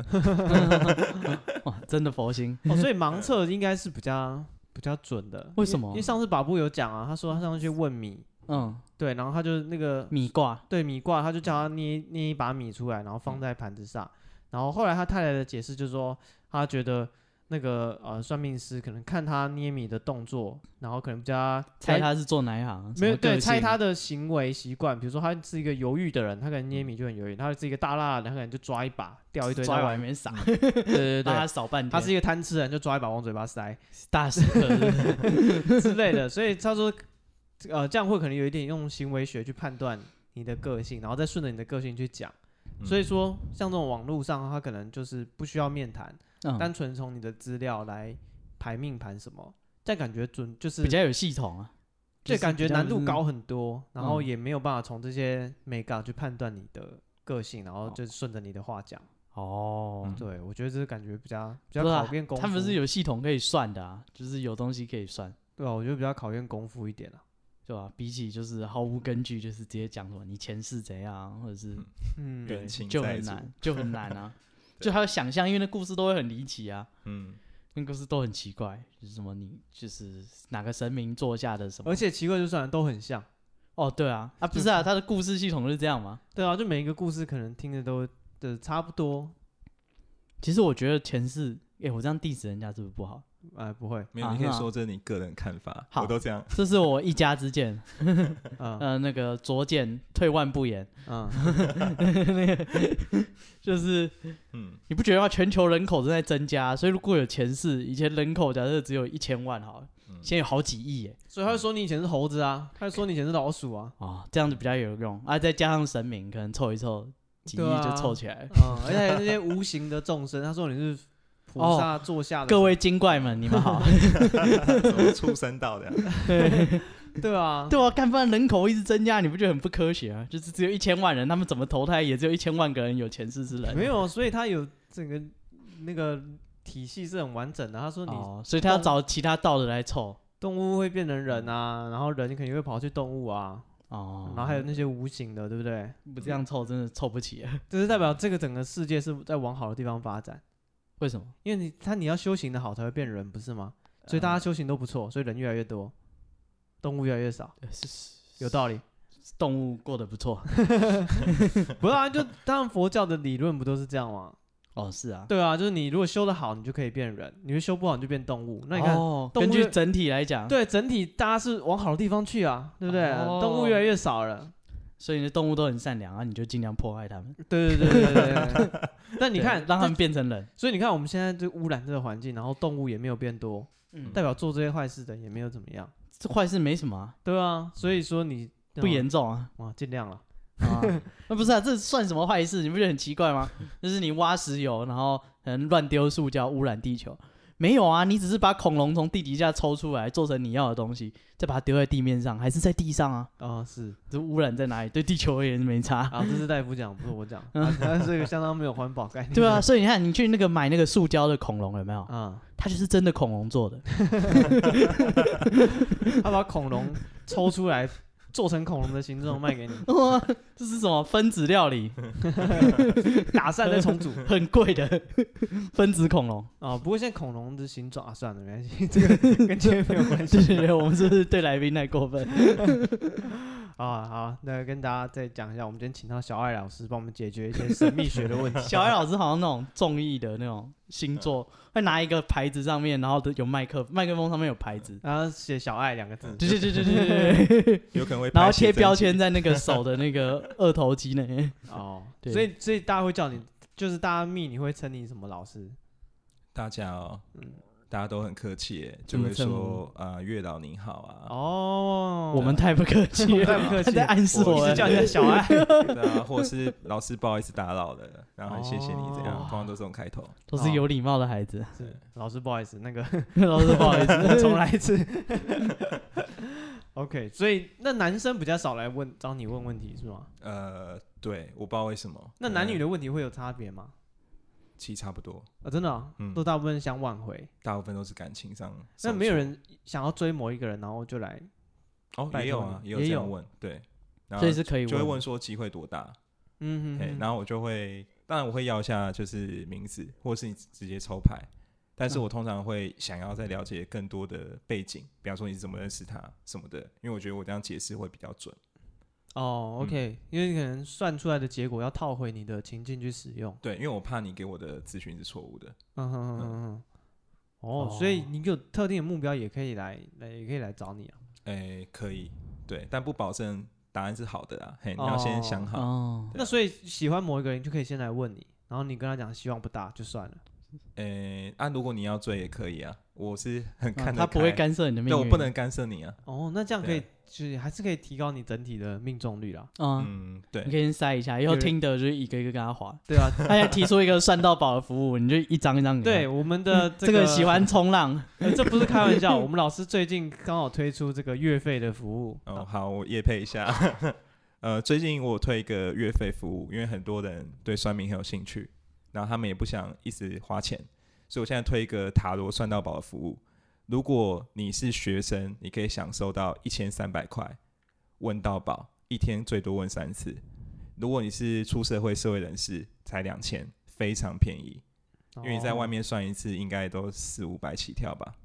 哇，真的佛心，
哦，所以盲测应该是比较比较准的。
为什
因
么
为？上次把布有讲啊，他说他上次去问米，
嗯，
对，然后他就那个
米卦，
对米卦，他就叫
嗯
他捏捏一把米出来，然后放在盘子上。然后后来他太太的解释就是说，他觉得那个呃算命师可能看他捏米的动作，然后可能比较
猜他是做哪一行？
没有
什么个
对
性啊
猜他的行为习惯，比如说他是一个犹豫的人，他可能捏米就很犹豫；他是一个大辣的人，他可能就抓一把掉一堆
嗯抓
到
完里面撒，
对对对对
让他，扫半天。
他是一个贪吃人，就抓一把往嘴巴塞。
大师 哥，是不是
之类的，所以他说，呃，这样会可能有一点用行为学去判断你的个性，然后再顺着你的个性去讲。
嗯
所以说，像这种网络上，他可能就是不需要面谈，
嗯，
单纯从你的资料来排命盘什么，但感觉准就是
比，较有系统啊，
对，
就是
感觉
比较
难度
是
高很多，然后
嗯
也没有办法从这些 make up 去判断你的个性，然后就顺着你的话讲。
哦
嗯。
对，我觉得这是感觉比较比较
不是啊
考验功夫，
他们是有系统可以算的啊，就是有东西可以算，
对啊，我觉得比较考验功夫一点啊。
对吧？比起就是毫无根据，就是直接讲什么你前世怎样，或者是
嗯
嗯，
对
对
情
就
在
很
主
难，就很难 啊。
对
就还有想象，因为那故事都会很离奇啊，
嗯。
那故事都很奇怪，就是什么你就是哪个神明座下的什么
而，且奇怪就算了，都很像。
哦，对啊，啊不是啊，他的故事系统是这样吗？
对啊，就每一个故事可能听的都的差不多，
其实我觉得前世，哎、我这样 diss 人家是不是不好？
哎，不会，
没有，
啊
你可以
是吗
说这是你个人看法，
好
我都这样。
这是我一家之见，
嗯
呃，那个拙见退万步言，
嗯，
就是
嗯，
你不觉得吗？全球人口正在增加，所以如果有前世，以前人口假设只有一千万好了，
嗯
现在有好几亿耶，
所以他会说你以前是猴子啊，他会说你以前是老鼠 啊，
啊、这样子比较有用啊，再加上神明，可能凑一凑几亿
对啊
就凑起来了。
嗯， 而且还有那些无形的众生，他说你是菩萨座下的，
各位精怪们，你们好。
怎么出生到的 呀？
对啊，
对啊，干饭人口一直增加，你不觉得很不科学啊？就是只有一千万人，他们怎么投胎也只有一千万个人有前世之人。
没有，所以他有整个那个体系是很完整的。他说你
哦，所以他要找其他道的来凑。
动物会变成人啊，然后人肯定会跑去动物啊，
嗯哦
然，后还有那些无形的，对不对？
不这样凑真的凑不起 啊，
就是代表这个整个世界是在往好的地方发展，
为什么？
因为你他你要修行的好才会变人，不是吗？所
呃
以大家修行都不错，所以人越来越多，动物越来越 少，
呃是是
有道理。
动物过得 不错。
不是啊，就当然佛教的理论不都是这样 吗？
哦，是啊。
对啊，就是你如果修得好，你就可以变人；你修不好，你就变动物。那你看，
哦，
动物
根据整体来讲，，
对整体大家是往好的地方去啊，对不对？
哦
动物越来越少了。
所以你的动物都很善良啊，你就尽量迫害他们。
对对对对对 对。那你
对
看，
让他
这
们变成人。
所以你看我们现在就污染这个环境，然后动物也没有变多，
嗯
代表做这些坏事的也没有怎么样，
这坏事没什么啊、
对啊，所以说你哦
不严重啊。
哇，尽量了，
啊， 那不是啊，这算什么坏事？你不觉得很奇怪吗？就是你挖石油，然后可能乱丢塑胶，污染地球。没有啊，你只是把恐龙从地底下抽出来，做成你要的东西，再把它丢在地面上，还是在地上啊？
啊、是
这污染在哪里？对地球而言没 差。
啊，这是大夫讲，不是我 讲，啊他是一个相当没有环保概念，
对啊，，所以你看，你去那个买那个塑胶的恐龙有没有？
啊，
它就是真的恐龙做的。
他把恐龙抽出来做成恐龙的形状卖给你，
哇，这是什么分子料理？
打散再重组
很贵的 分子恐龙。
啊，不过现在恐龙的形状啊，算了，没关系，这个跟今天没有关系
对对对，我们是不是对来宾太过分？
啊。好，那跟大家再讲一下，我们今天请到小爱老师帮我们解决一些神秘学的问题。
小爱老师好像那种综艺的那种星座，会拿一个牌子上面，然后有麦克麦克风上面有牌子，
然后写小爱两个字，
对对对对 对对对，
有可能会
然后
拍写
贴
真
标
集
签在那个手的那个二头肌 内。
哦，
对
所以所以大家会叫你，就是大家密你会称你什么老师？
大家哦，
嗯
大家都很客气耶，
怎
就
么
会
称
说呃月老你好啊，
哦，
我们啊太不客
我
气
们
了，
太不客
他
气
在
了，
暗示我欸
一直
们。
叫人家小 爱。
对啊， 或者是老师不好意思打扰了，然后很谢谢你这样，
哦
通常都是这种开头。
都是有礼貌的孩子，
是老师不好意思，那个哦
老师不好意 思，
重来一次。OK，所以那男生比较少来问找你问问题是吗？
呃，对，我不知道为什么。
那男女
的
的问题会有差别吗？
其实差不多，
啊，真的啊、
嗯
都大部分想挽回，
大部分都是感情上受挫。
那没有人想要追某一个人，然后就来
哦，
拜
也有
托
啊，
你
也有
也
这
有
样问，对，然后
所以是可以
就会问说机会多大，
嗯
哎，
哼哼，
然后我就会，当然我会要一下就是名字，或是你直接抽牌。但是
嗯
我通常会想要再了解更多的背景，比方说你是怎么认识他什么的，因为我觉得我这样解释会比较准。嗯
哦，OK，、因为可能算出来的结果要套回你的情境去使用，
对，因为我怕你给我的资讯是错误的。
嗯哼哼哼哼。哦，所以你有特定的目标，也可以来来，也可以来找你啊。
哎、可以，对，但不保证答案是好的啦。嘿，你要先想好，
哦，
对啊
那所以喜欢某一个人，就可以先来问你，然后你跟他讲希望不大就算了。
哎、啊，如果你要追也可以啊，我是很看得开、
嗯哦他不会，干涉你的命
对
运，
我不能干涉你啊。
哦，那这样可以
对，
就是还是可以提高你整体的命中率啦。
啊，
嗯，
你
对，
可以先筛一下，以后
有人
听的就是一个一个跟他 划，
对啊，
他也提出一个算到饱的服务，你就一张一
嗯
张给他
对我们的
嗯这个喜欢冲浪，
呃，这不是开玩 笑，我们老师最近刚好推出这个月费的服务。
哦，好，我夜配一下。 呃，最近我有推一个月费服务，因为很多人对算命很有兴趣，然后他们也不想一直花钱，所以我现在推一个塔罗算到宝的服务。如果你是学生，你可以享受到一千三百块，问到宝，一天最多问三次。如果你是出社会社会人士，才两千，非常便宜，
哦
因为你
哦
在外面算一次应该都四五百起跳吧？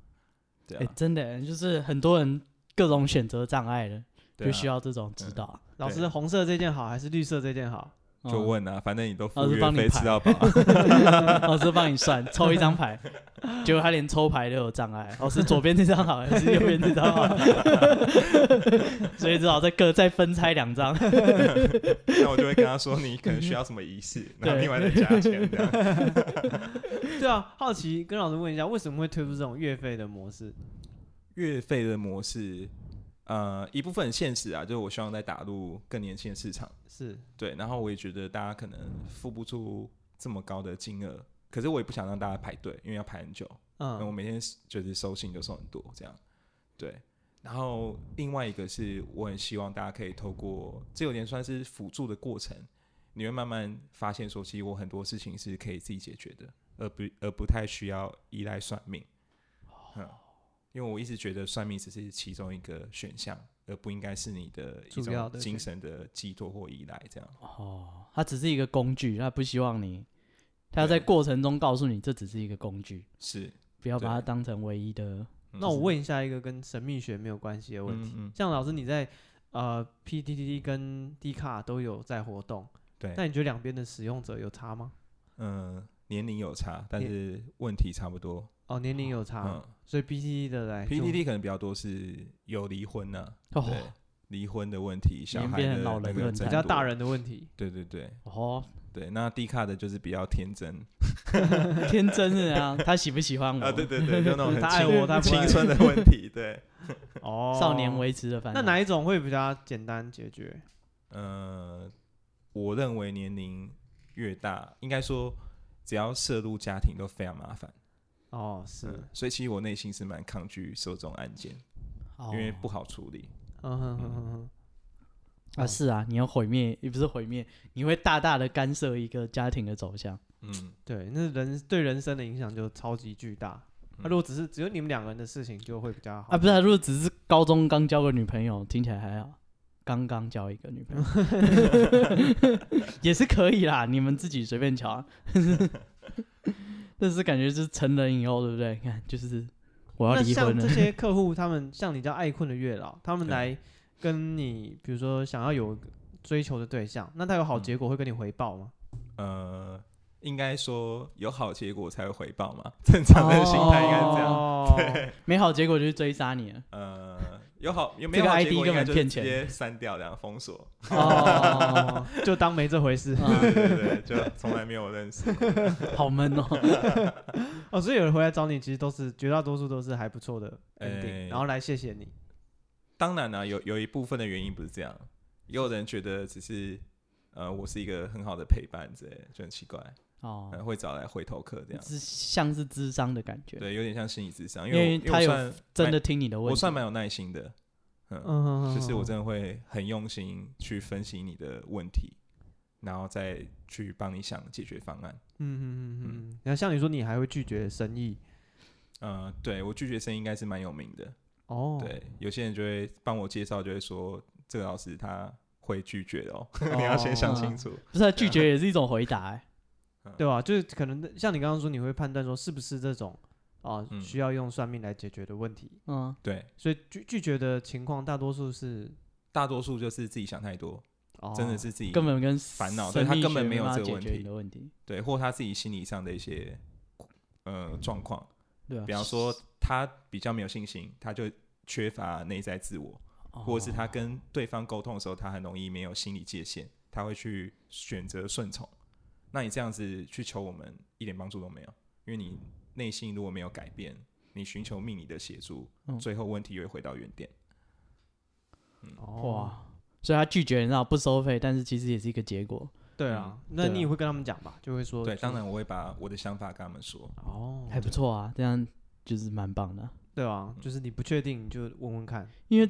对
哎、
啊，
真的就是很多人各种选择障碍的，
对
就
啊
需要这种指导啊。
老师，红色这件好还是绿色这件好？
就
嗯
问啊， 反正你都
老
付
师
月
帮你
费
排
吃到饱啊、
老师帮你算，抽一张牌，结果他连抽牌都有障碍。老师左边这张好还是右边这张好？ 所以只好再各再分拆两张。
那我就会跟他说，你可能需要什么仪式，然
对
后另外再加钱这样。
对啊，好奇跟老师问一下，为什么会推出这种月费的模式？
月费的模式，呃，一部分很现实啊，就是我希望在打入更年轻的市场，
是
对。然后我也觉得大家可能付不出这么高的金额，可是我也不想让大家排队，因为要排很久。那我
嗯
每天就是收信就收很多这样，对。然后另外一个是我很希望大家可以透过这有点算是辅助的过程，你会慢慢发现说，其实我很多事情是可以自己解决的，而不而不太需要依赖算命。嗯，因为我一直觉得算命只是其中一个选项，而不应该是你的一
主要
种
的
精
选
神的寄托或依赖这样。
哦，他只是一个工具，他不希望你，他要在过程中告诉你这只是一个工具，
是，
不要把它
对
当成唯一的。
那我问一下一个跟神秘学没有关系的问题
嗯嗯嗯，
像老师你在呃 PTT 跟 D 卡都有在活动，
对，
那你觉得两边的使用者有差吗？
嗯、年龄有差，但
也
是问题差不多。
哦，年龄有差
嗯，，
所以 PTT 的来
PDD 可能比较多是有离婚呢、
哎哦
对，离婚的问题，小
变
孩的
成老
那
人
个
论坛
比
争
较
夺
大，人的问题，
对对对
哦，
对。那 D 卡的就是比较天真，
天真的啊，他喜不喜欢我？
啊，对对对，就那种 很
他爱
青
我他不爱
青
我
春的问题，对，
哦
少年啊维持的烦恼。
那哪一种会比较简单解决？
呃，我认为年龄越大，应该说只要涉入家庭都非常麻烦，
哦，是，
嗯，所以其实我内心是蛮抗拒受这种案件，
哦
因为不好处理，
嗯哼哼哼哼，
啊，是啊，你要毁灭，也不是毁灭，你会大大的干涉一个家庭的走向。啊
嗯，
对，那人对人生的影响就超级巨大。那、
嗯
如果只是只有你们两个人的事情，就会比较好
啊，不是、啊，如果只是高中刚交个女朋友，听起来还好。刚刚交一个女朋友也是可以啦，你们自己随便瞧、 啊。但是感觉就是成人以后，对不对？看，就是我要
那
离
像
婚
这
了。
些客户，他们像你这样爱困的月老，他们
对
来跟你，比如说想要有追求的对象，那他有好
嗯
结果会跟你回报吗？
呃，应该说有好结果才有回报嘛，正常的心态应该是这样。
哦，
没好结果就是追杀你了。
呃，有 好有没有
这个
好结
ID
果应该
根本
就
骗
是
钱
直接删掉，然后封锁。
哦，
就当没这回事。
嗯
对对对对，就从来没有认识。
好闷哦。
哦，所以有人回来找你，其实都是绝大多数都是还不错的 ending，、
哎
然后来谢谢你。
当然啦、有有一部分的原因不是这样，也有人觉得只是呃，我是一个很好的陪伴之类的，就很奇怪，
哦
可，能会找来回头客这样。
是像是智商的感觉，
啊对，有点像心理智商，
因
因为我
为
因为
他
我
有
算
真
蛮
的听你的问题。
我算蛮有耐心的，嗯，
嗯，
就是我真的会很用心去分析你的问题，然后再去帮你想解决方案。
嗯嗯嗯
嗯
嗯。然后像你说，你还会拒绝生意
呃，对我拒绝生应该是蛮有名的，
哦，
对，有些人就会帮我介绍，就会说这个老师他会拒绝 的哦，
哦，
你要先想清楚。
不是、啊、拒绝也是一种回答、欸。
对吧？就是可能像你刚刚说，你会判断说是不是这种啊、
嗯
需要用算命来解决的问题，
嗯，
对，
所以拒拒绝的情况大多数是、
大多数就是自己想太多，
哦、
真的是自己
根本跟
烦恼
神
对他
秘
根本
学
没有
办法
这个
解
问
决
题
你的问题，
对，或他自己心理上的一些呃状况，
对
呃
啊
比，方说他比较没有信心，他就缺乏内在自我，或者是他
哦
跟对方沟通的时候，他很容易没有心理界限，他会去选择顺从。那你这样子去求我们，一点帮助都没有，因为你内心如果没有改变，你寻求命理的协助，
嗯
最后问题又会回到原点。
哦，
哇，所以他拒绝然后不收费，但是其实也是一个结果。
对啊，那
对啊
你也会跟他们讲吧，就会说
对，
就
当然我会把我的想法跟他们说。
哦，
还不错啊，这样就是蛮棒的啊。
对
嗯
啊，就是你不确定你就问问看，
因为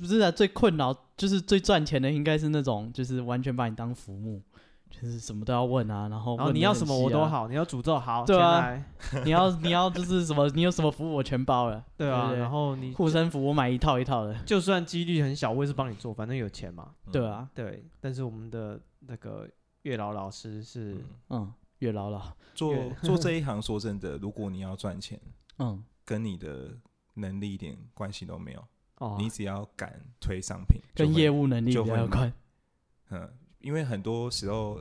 不是啊，最困扰就是最赚钱的应该是那种，就是完全把你当浮木，就是什么都要问啊，然
然后
后问
哦你
得
要
很
什么
细
我都
啊，
好，你要诅咒好，
对
钱
啊
来，
你要你要就是什么，你有什么服务我全包了，
对啊，
对
然后你
护身符我买一套一套的，
就算几率很小，我也是帮你做，反正有钱嘛，
嗯
对，啊，
对。但是我们的那个月老老师是
嗯，
嗯，月老老，
做 做这一行，说真的，如果你要赚钱，
嗯，
跟你的能力一点关系都没有，
哦，
你只要敢推商品，
跟
就会
业务能力
就
比较
会
有
买
关，
嗯，因为很多时候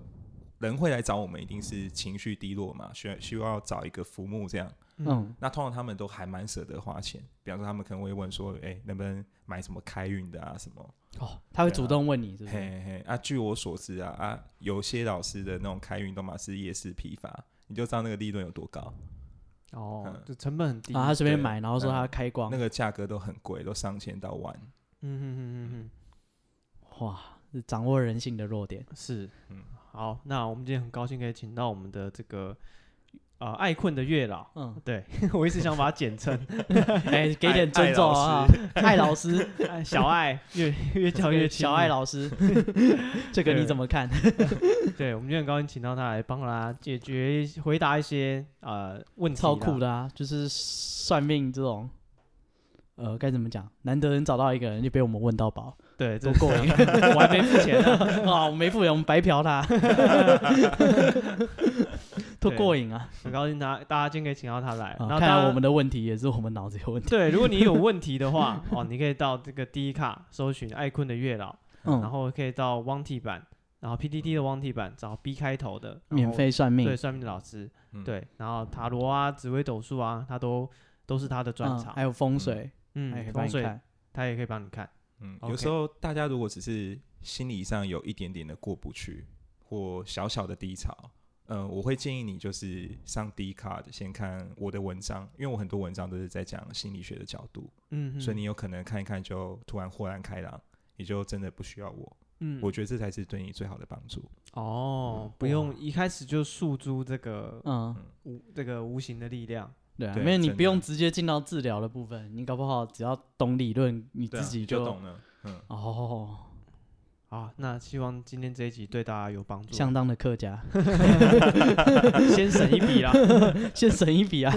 人会来找我们，一定是情绪低落嘛，需要需要找一个浮木这样。
嗯，
那通常他们都还蛮舍得花钱，比方说他们可能会问说，哎、能不能买什么开运的啊什么？
哦，他会
对啊
主动问你是不是？
嘿嘿啊，据我所知啊啊，有些老师的那种开运都嘛是夜市批发，你就知道那个利润有多高，
哦
嗯，
就成本很低，
然啊后他随便
对
买，然后说
嗯
他开光
那，个价格都很贵，都上千到万。
嗯哼哼哼
哇，是掌握人性的 弱点。
哼，是，
嗯
好，那我们今天很高兴可以请到我们的这个呃爱困的月老，
嗯，
对 我一直想把它简 称
哎、给
爱
点尊
爱
重
老
啊，艾老师，
哎小爱，越 越叫
这
越
个
亲
小艾
密，
老师，这个你怎么看？
对我们今天很高兴请到他来帮他解决一回答一些呃问题，
超酷，的啊，就是算命这种，呃，该怎么讲？难得能找到一个人就被我们问到饱，
对，
多
这
过 瘾！
我还没付钱呢，
啊，我没付钱，我们白嫖 他，多过瘾啊！
很高兴他大家今天可以请到他来，哎然
啊
后
看
大
来
家
我们的问题也是我们脑子有问 题。
对，如果你有问题的话， 哦，你可以到这个第一卡搜寻爱困的月老，然
嗯，
后可以到汪 T 版，然后 PDD 的汪 T 版找 B 开头的然
免
后
费算命
对，算命的老师，
嗯
对，然后塔罗啊、紫微斗数啊，他都都是他的专
嗯
长
还，有风水，还可
嗯
以，帮
风
你
水
看。
他也可以帮你看，
嗯，
OK
有时候大家如果只是心理上有一点点的过不去，或小小的低潮，呃，我会建议你就是上 D card 先看我的文章，因为我很多文章都是在讲心理学的角度，
嗯哼，
所以你有可能看一看就突然豁然开朗，你就真的不需要我。
嗯，
我觉得这才是对你最好的帮助。
哦，不
哇
用一开始就诉诸这个
嗯，
无这个无形的力量，
对啊，
对
没有你
真
不用
的
直接进到治疗的部分，你搞不好只要懂理论，你
对
自
啊
己
你就懂了。嗯，
哦，
好，那希望今天这一集对大家有帮助。
相当的客家，
先省一笔啦。
先省一笔啊！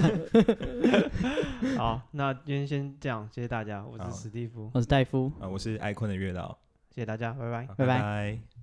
好，那今天先这样，谢谢大家，我
好
是史蒂夫，
呃
我是戴夫，
啊、我是爱困的月老，
谢谢大家，拜拜。
好
拜拜
拜